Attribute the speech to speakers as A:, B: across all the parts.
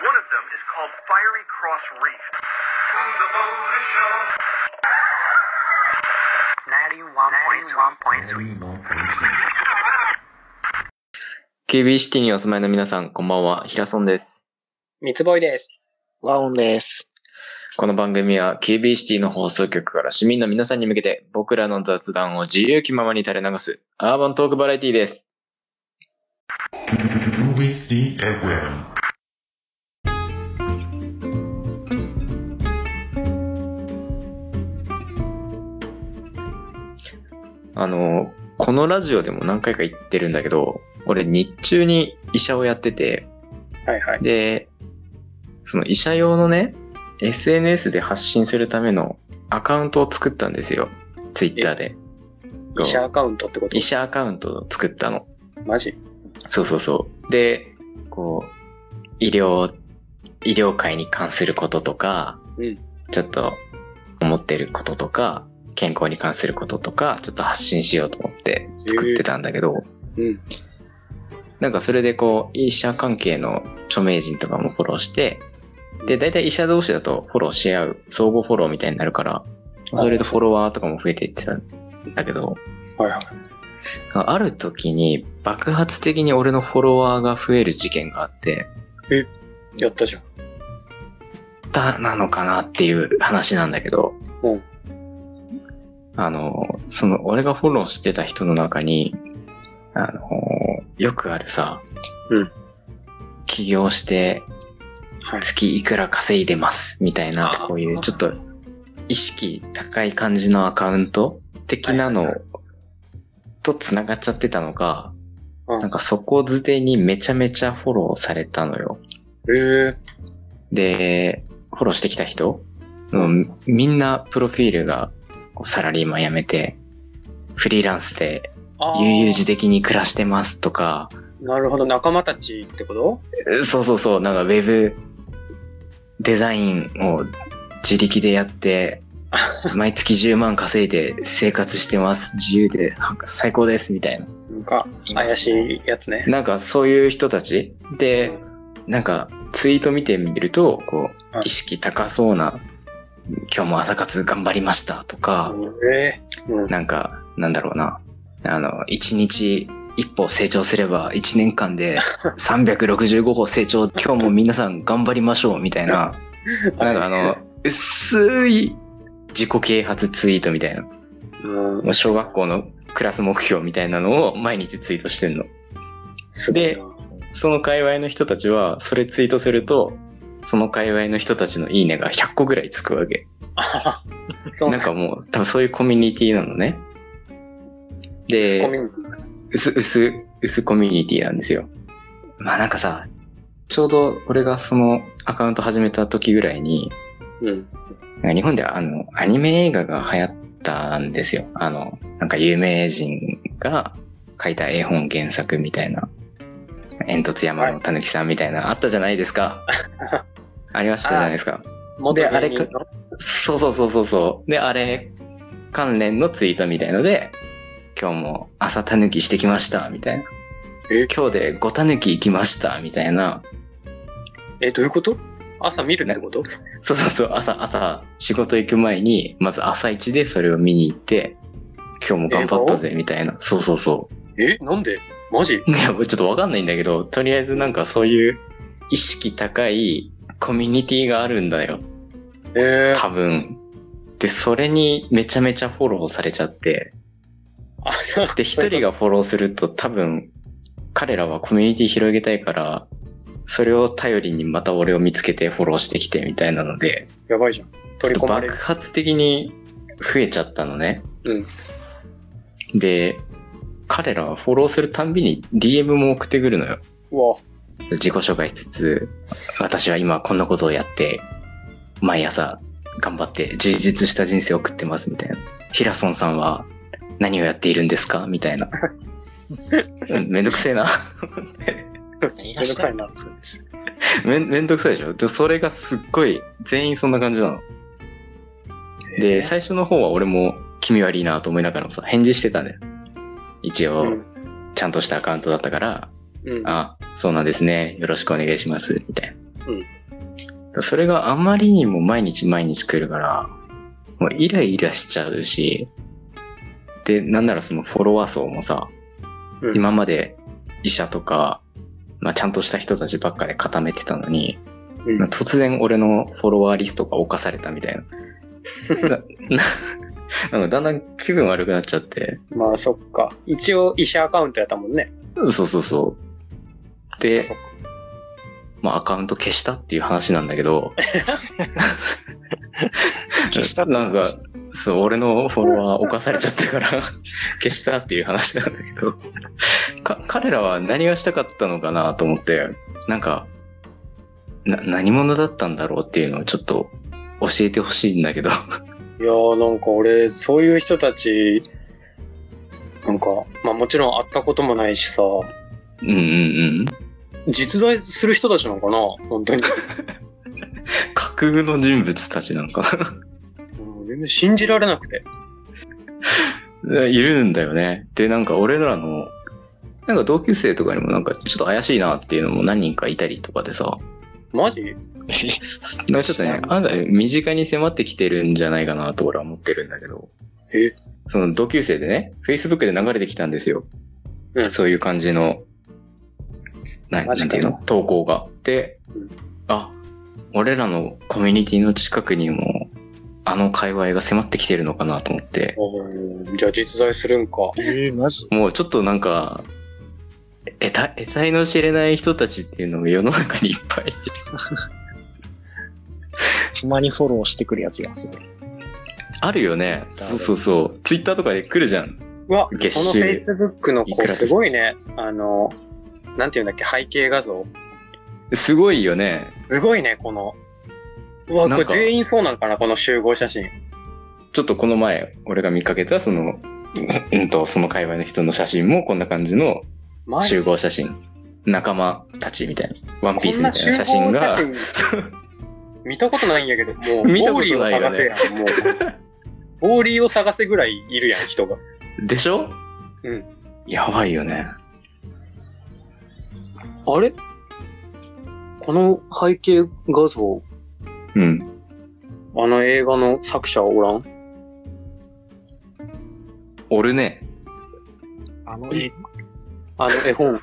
A: One of them is called Fiery Cross Reef. Ninety-one point three.
B: キュービーシティにお住まいの皆さん、こんばんは、ヒラソンです。
C: 三つボイです。
D: ワオンです。
B: この番組は、キュービーシティの放送局から市民の皆さんに向けて、僕らの雑談を自由気ままに垂れ流す、アーバントークバラエティです。
E: Rubisti FM.
B: あの、このラジオでも何回か言ってるんだけど、俺日中に医者をやってて、
C: はいはい。
B: で、その医者用のね、SNS で発信するためのアカウントを作ったんですよ。ツイッターで。
C: 医者アカウントってこと
B: 医者アカウントを作ったの。
C: マジ
B: そうそうそう。で、こう、医療、医療界に関することとか、
C: うん
B: ちょっと思ってることとか、健康に関することとか、ちょっと発信しようと思って作ってたんだけど、
C: うん。
B: なんかそれでこう、医者関係の著名人とかもフォローして、で、大体医者同士だとフォローし合う、相互フォローみたいになるから、それでフォロワーとかも増えていってたんだけど、
C: はいはい。
B: ある時に爆発的に俺のフォロワーが増える事件があって、
C: やったじゃん。
B: だなのかなっていう話なんだけど、
C: うん
B: あの、その俺がフォローしてた人の中に、あの、よくあるさ、
C: うん
B: 起業して
C: はい。
B: 月いくら稼いでますみたいな、こういうちょっと意識高い感じのアカウント的な
C: はい
B: の
C: はい
B: と繋がっちゃってたのが、
C: うん
B: なんかそこづてにめちゃめちゃフォローされたのよ。
C: えー、
B: で、フォローしてきた人、うん、みんなプロフィールがこうサラリーマン辞めて、フリーランスで
C: あー
B: 悠々自適に暮らしてますとか、
C: なるほど。仲間たちってこと
B: そうそうそう、なんかウェブデザインを自力でやって、毎月10万稼いで生活してます、自由で、なんか最高です、みたいな。
C: なんか、怪しいやつね。
B: なんかそういう人たちで、なんかツイート見てみると、こう
C: はい、
B: 意識高そうな、今日も朝活頑張りましたとか、
C: えー、うん。
B: なんか、なんだろうな。あの、一日一歩成長すれば、一年間 で365歩成長、今日も皆さん頑張りましょう、みたいな。なんかあの、薄い自己啓発ツイートみたいな。
C: うん、
B: もう小学校のクラス目標みたいなのを毎日ツイートしてんの。
C: すごい
B: で
C: な。
B: その界隈の人たちは、それツイートすると、その界隈の人たちのいいねが100個ぐらいつくわけ。
C: あ そう
B: な
C: なんん
B: かもう、多分そういうコミュニティなのね。で、
C: コミュニティ。
B: 薄、薄、薄コミュニティなんですよ。まあなんかさ、ちょうど俺がそのアカウント始めた時ぐらいに、
C: うん。
B: なんか日本ではあの、アニメ映画が流行ったんですよ。あの、なんか有名人が書いた絵本原作みたいな、煙突山のたぬきさんみたいな、あったじゃないですか。ありましたじゃないですか。
C: 元
B: であれ
C: 芸人の
B: そうそうそうそうそう。で、あれ関連のツイートみたいので、今日も朝たぬきしてきました、みたいな。
C: え
B: 今日で五たぬき行きました、みたいな。
C: え、どういうこと朝見るってこと
B: そうそうそう、朝、朝、仕事行く前に、まず朝一でそれを見に行って、今日も頑張ったぜ、みたいな。そうそうそ
C: え、なんでマジ
B: う。い や、もうちょっとわかんないんだけど、とりあえずなんかそういう意識高いコミュニティがあるんだよ。
C: えー、
B: 多分。で、それにめちゃめちゃフォローされちゃって、
C: あ、そう
B: で、一人がフォローすると多分、彼らはコミュニティ広げたいから、それを頼りにまた俺を見つけてフォローしてきてみたいなので、
C: やばいじゃん。取り込まれ
B: 爆
C: る。
B: 発的に増えちゃったのね。
C: うん。
B: で、彼らはフォローするたんびに DM も送ってくるのよ。
C: うわ、
B: 自己紹介しつつ、私は今こんなことをやって、毎朝頑張って充実した人生を送ってますみたいな。ヒラソンさんは何をやっているんですかみたい な。うんめんどくせえな。
D: 何がしたい
C: めん
D: な
C: ど、
D: そうです。
B: めん、めんどくさいでしょでそれがすっごい全員そんな感じなの。で、最初の方は俺も気味悪いなと思いながらもさ、返事してたんだよ。一
C: う
B: 応、
C: ん。
B: ちゃんとしたアカウントだったから、
C: うん。
B: あ、そうなんですね。よろしくお願いします。みたいな。それがあまりにも毎日毎日来るから、もうイライラしちゃうし、で、なんならそのフォロワー層もさ、
C: うん
B: 今まで医者とか、まあちゃんとした人たちばっかで固めてたのに、
C: うん
B: まあ突然俺のフォロワーリストが侵されたみた いな。なななんかだんだん気分悪くなっちゃって。
C: まあそっか。一応医者アカウントやったもんね。
B: そうそうそう。で
C: そっ、
B: まあアカウント消したっていう話なんだけど、
D: 消したって
B: なんか
D: 話、
B: そう、俺のフォロワー犯されちゃったから、消したっていう話なんだけど、か、彼らは何がしたかったのかなと思って、なんか、な、何者だったんだろうっていうのをちょっと教えてほしいんだけど、
C: いやーなんか俺、そういう人たち、なんか、まあもちろん会ったこともないしさ、
B: うんうんうん。
C: 実在する人たちなのかな本当に。
B: 架空の人物たちなんか
C: もう全然信じられなくて。
B: ないるんだよね。で、なんか俺らの、なんか同級生とかにもなんかちょっと怪しいなっていうのも何人かいたりとかで さ、
C: マジ
B: なんかちょっとね
D: 知ら、ん
B: 案外身近に迫ってきてるんじゃないかなと俺は思ってるんだけど。
C: え
B: その同級生でね、Facebook で流れてきたんですよ。
C: うん
B: そういう感じの、な
C: マ
B: な
C: ジ
B: ん
C: か
B: ていうの投稿が。で、
C: うん
B: あ、俺らのコミュニティの近くにも、あの界隈が迫ってきてるのかなと思って、
C: うんじゃあ実在するんか。
D: えー、マジ
B: もうちょっとなんか、え得体得体の知れない人たちっていうのも世の中にいっぱい
D: たまにフォローしてくるやつやん、それ。
B: あるよね。そうそうそう。ツイッターとかで来るじゃん。
C: うわ、
B: 月収
C: その Facebook の
B: いくら
C: 子
B: です
C: すごいね。あの、なんていうんだっけ、背景画像。
B: すごいよね。
C: すごいね、この。うわ、
B: な
C: こ
B: んか
C: れ全員そうなのかなこの集合写真。
B: ちょっとこの前、俺が見かけた、その、うんうんと、その界隈の人の写真もこんな感じの
C: マジ
B: 集合写真。仲間たちみたいな。ワンピー
C: こ
B: ス
C: ん
B: み
C: な
B: たい
C: 集合
B: な写真が
C: 写。真見たことないんやけど、もう、
B: 見た
C: ボ
B: こ
C: ーリー
B: と
C: を
B: ないよ
C: 探せ
B: ね
C: やん、もう。ボーリーを探せぐらいいるやん、人が。
B: でしょ
C: うん。
B: やばいよね。
C: あれこの背景画像、
B: うん。
C: あの映画の作者おらん
B: おるね。
D: あの絵、
C: あの絵 本、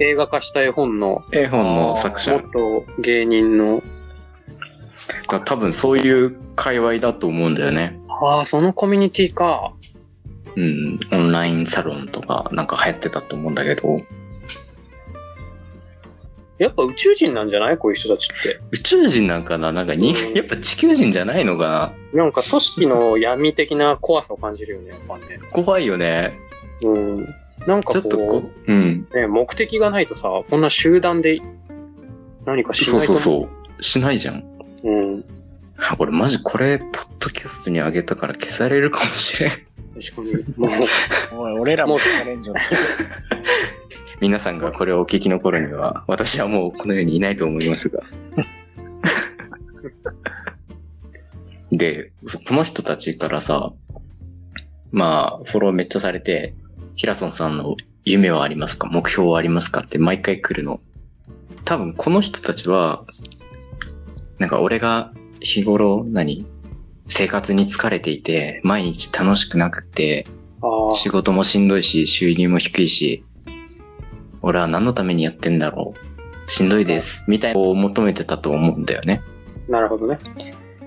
C: 映画化した絵本の
B: 絵本の作者
C: 元芸人の、
B: が多分そういう界隈だと思うんだよね。
C: ああ、そのコミュニティか。
B: うん。オンラインサロンとかなんか流行ってたと思うんだけど。
C: やっぱ宇宙人なんじゃないこういう人たちって。
B: 宇宙人なんかななんか人
C: うん
B: やっぱ地球人じゃないのかな
C: なんか組織の闇的な怖さを感じるよね、やっぱね。
B: 怖いよね。
C: うん。なん
B: ちょ
C: か
B: っとこ
C: こ
B: う。うん。
C: う、ね、目的がないとさ、こんな集団で何かし
B: そう
C: ないと
B: そう
C: 思う。
B: そう。しないじゃん。
C: うん。
B: 俺マジこれ、ポッドキャストにあげたから消されるかもしれん。
C: 確かに。もう、
D: おい、俺らも消されんじゃない。
B: 皆さんがこれをお聞きの頃には、私はもうこの世にいないと思いますが。で、そこの人たちからさ、まあ、フォローめっちゃされて、ヒラソンさんの夢はありますか目標はありますかって毎回来るの。多分この人たちは、なんか俺が日頃何生活に疲れていて、毎日楽しくなくて、
C: ああ、
B: 仕事もしんどいし、収入も低いし、俺は何のためにやってんだろう。しんどいです。みたいなのを求めてたと思うんだよね。
C: なるほどね。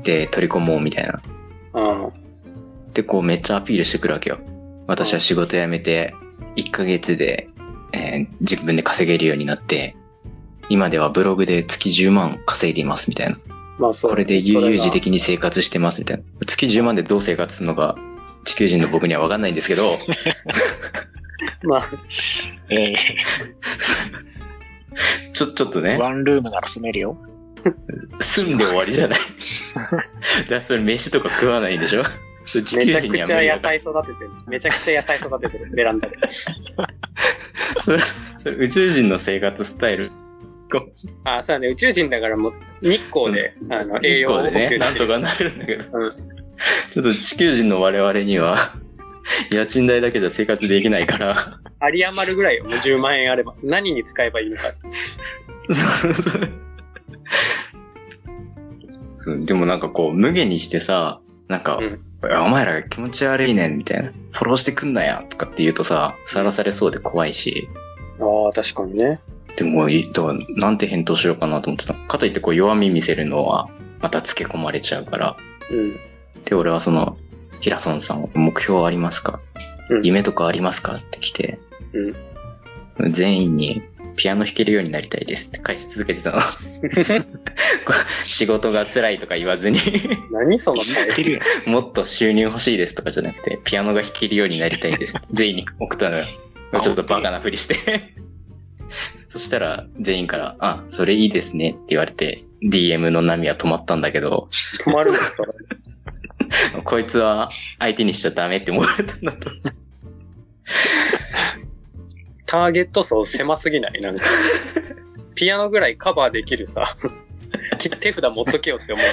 B: で、取り込もうみたいな。
C: うん。
B: で、こうめっちゃアピールしてくるわけよ。私は仕事辞めて、1ヶ月で、えー自分で稼げるようになって、今ではブログで月10万稼いでいますみたいな。
C: まあそう。
B: これで悠々自
C: それが。
B: 適に生活してますみたいな。月10万でどう生活するのか、地球人の僕にはわかんないんですけ ど、
C: まあ、
D: え
B: ちょ、ちょっと
D: ー、。
B: ね
D: ワンルームなら住めるよ。
B: 住んで終わり じゃないだからそれ飯とか食わないんでしょそれ地
C: め
B: 球
C: ちゃ
B: 人に
C: く
B: は
C: ちゃ
B: 無理
C: 野
B: だから
C: 菜育ててる。めちゃくちゃ野菜育てて る。ベランダで。
B: それそれ宇宙人の生活スタイルこう
C: ああ、そうだね。宇宙人だからもう、日光で、あの、栄養を補
B: でね
C: 給してる
B: なんとかなるんだけど、
C: うん
B: ちょっと地球人の我々には家賃代だけじゃ生活できないから
C: あり余るぐらいよ。もう10万円あれば。何に使えばいいのか。
B: そうそうそうでもなんかこう、無下にしてさ、なんか、
C: うん
B: お前ら気持ち悪いねん、みたいな。フォローしてくんなや、とかって言うとさ、さらされそうで怖いし。
C: ああ、確かにね。
B: でも、いだからなんて返答しようかなと思ってた。かといってこう、弱み見せるのは、また付け込まれちゃうから。
C: うん。
B: で、俺はその、ヒラソンさんを目標はありますか、
C: うん
B: 夢とかありますかって来て、全員にピアノ弾けるようになりたいですって返し続けて たの。仕事が辛いとか言わずに、
C: 何その
D: 知ってるやん。
B: もっと収入欲しいですとかじゃなくて、ピアノが弾けるようになりたいですって全員に送ったのよ。ちょっとバカなふりして。そしたら全員から、あ、それいいですねって言われて、DM の波は止まったんだけど、
C: 止まるのそれ。
B: こいつは相手にしちゃダメって思われたんだと。
C: ターゲット層狭すぎないなんか。ピアノぐらいカバーできるさ。 き手札持っとけよって思うよ。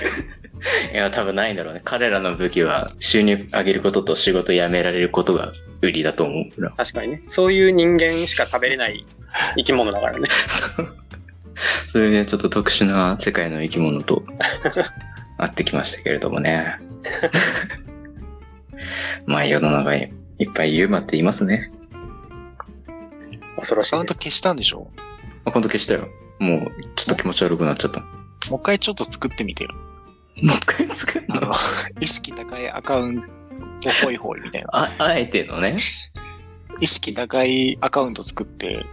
B: いや、多分ないんだろうね。彼らの武器は収入上げることと仕事辞められることが売りだと思うな。
C: 確かにね。そういう人間しか食べれない生き物だからね。
B: そういうね、ちょっと特殊な世界の生き物 と会ってきましたけれどもね。 まあ世の中にいっぱいユーマっていますね。
C: 恐ろし
D: カウ
C: い
D: ント
C: で
D: 消したんでしょ
B: あ、この時したよ。もうちょっと気持ち悪くなっちゃった。も
D: もう一回ちょっと作ってみてよ。
B: う一回作る
D: あの
B: の、
D: 意識高いアカウントホイホイみたいな。
B: あ、あえてのね。
D: 意識高いアカウント作って、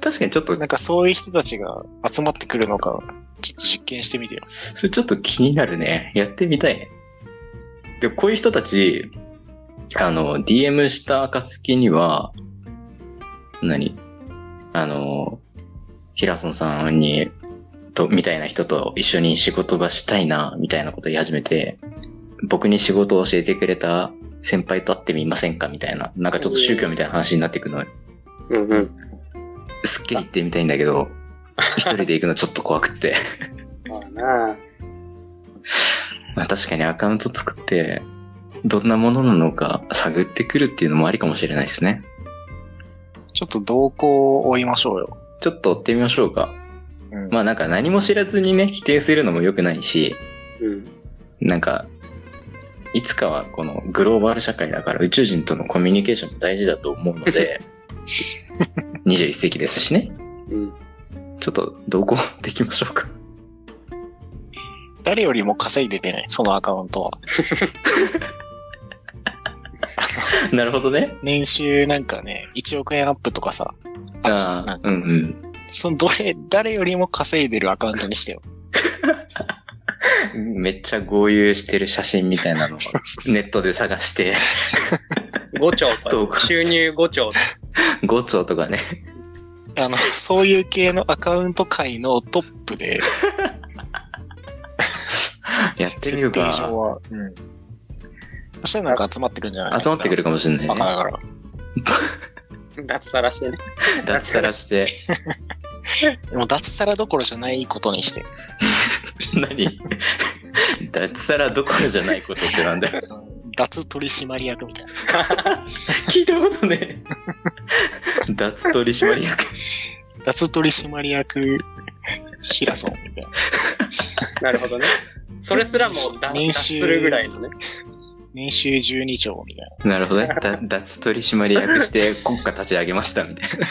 B: 確かにちょっと、
D: なんかそういう人たちが集まってくるのか、ちょっと実験してみてよ。
B: それちょっと気になるね。やってみたいね。で、こういう人たち、あの、DM した暁には、何あの、平野さんに、と、みたいな人と一緒に仕事がしたいな、みたいなこと言い始めて、僕に仕事を教えてくれた先輩と会ってみませんかみたいな。なんかちょっと宗教みたいな話になってくの。
C: す。うんうん。
B: すっきり行ってみたいんだけど、一人で行くのちょっと怖くって。
C: まあなあ。
B: まあ確かにアカウント作って、どんなものなのか探ってくるっていうのもありかもしれないですね。
D: ちょっと動向を追いましょうよ。
B: ちょっと追ってみましょうか。
D: うん
B: まあなんか何も知らずにね、否定するのも良くないし、
C: うん。
B: なんか、いつかはこのグローバル社会だから宇宙人とのコミュニケーションも大事だと思うので、21世紀ですしね。
C: うん。
B: ちょっと同行できましょうか。
D: 誰よりも稼いでてね、そのアカウントは。
B: なるほどね。
D: 年収なんかね、1億円アップとかさ、
B: あ
D: な
B: あ
D: ん、か
B: うんうん。
D: そのどれ、誰よりも稼いでるアカウントにして よ。
B: めっちゃ豪遊してる写真みたいなのをネットで探して、
C: 5兆
B: どう
C: と
B: か
C: か、収入5兆と
B: 5兆とかね。
D: あの、そういう系のアカウント界のトップで、
B: やって
D: 設
B: みる
D: 定
B: か。
D: 上は。うん。そしたらなんか集まってくるんじゃない
B: 集まってくるかもしれない、
D: バカだ
B: ね。
D: から。
C: 脱サラしてね。
B: 脱サラして。
D: もう脱サラどころじゃないことにして。
B: 何 脱サラどころじゃないことってなんだよ。
D: 脱取締役みたいな。
B: 聞いたことねえ。 脱取締役。
D: 脱取締役、ヒラソンみたいな。
C: なるほどね。それすらも脱
D: 年
C: 脱
D: 収
C: するぐらいのね。
D: 年収12兆みたいな。
B: なるほど ね。だ脱取締役して国家立ち上げましたみたいな。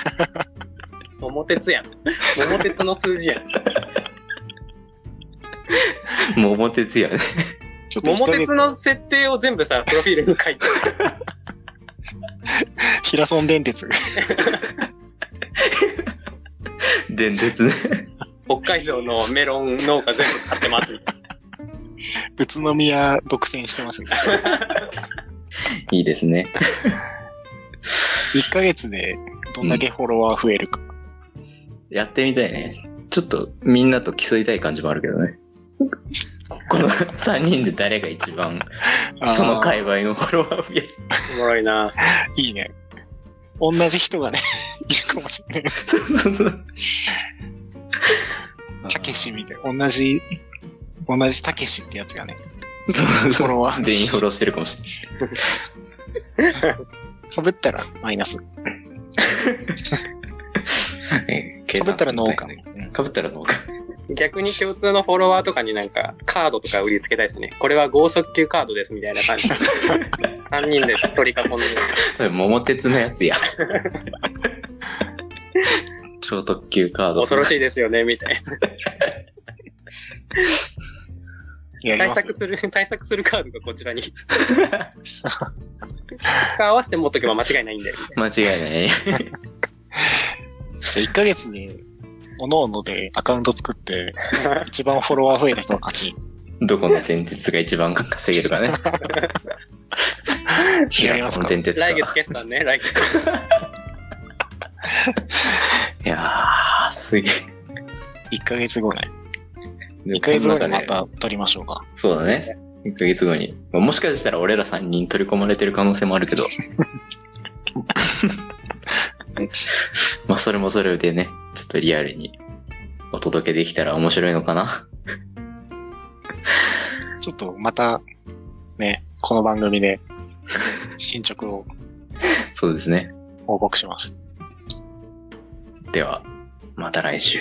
C: 桃鉄やん。桃鉄の数字やん。
B: 桃鉄やね。
D: ちょっと一ヶ
C: 桃鉄
D: 月、
C: の設定を全部さ、プロフィールに書いてる。
D: ヒラソン電鉄。
B: 伝説ね。
C: 北海道のメロン農家全部買ってます。
D: 宇都宮独占してますみたいな。
B: いいですね。
D: 1ヶ月でどんだけフォロワー増えるか。
B: やってみたいね。ちょっとみんなと競いたい感じもあるけど ね。この3人で誰が一番
D: あー
B: その界隈のフォロワーを増やす
C: おもろいな。
D: いいね。同じ人がね、 いるかもしれない。
B: そうそうそう。
D: たけしみたいな。同じ、同じたけしってやつがね、フォロワー
B: 全員フォローしてるかもしれ
D: かぶったらマイナス。か
B: ない。
D: ぶったら農家。
B: かぶったら農家。
C: 逆に共通のフォロワーとかになんかカードとか売りつけたいですね。これは豪速球カードですみたいな感 じで。3人で取り囲んで。
B: それ桃鉄のや つや。超特急カード。
C: 恐ろしいですよね、みたい
D: や
C: な。
D: り
C: 対
D: ます
C: 策する、対策するカードがこちらに。 合わせて持っとけば間違いないんで。
B: 間違いない。
D: じゃあ1ヶ月に、おのおのでアカウント作って、一番フォロワー増えた人の勝ち。
B: どこの電鉄が一番稼げるか ね。
D: やりますか
B: いやこの電鉄が
C: 来月決算ね、来月。
B: いやー、すげえ。
D: 1ヶ月後ね。
B: で
D: 1ヶ月後にま
B: この
D: た
B: 中
D: 撮りましょうか。
B: でそうだね。1ヶ月後に。まあもしかしたら俺ら3人取り込まれてる可能性もあるけど。まあそれもそれでね、ちょっとリアルにお届けできたら面白いのかな。
D: ちょっとまた、ね、この番組で、進捗を
B: そうですね。
D: 報告します。
B: では、また来週。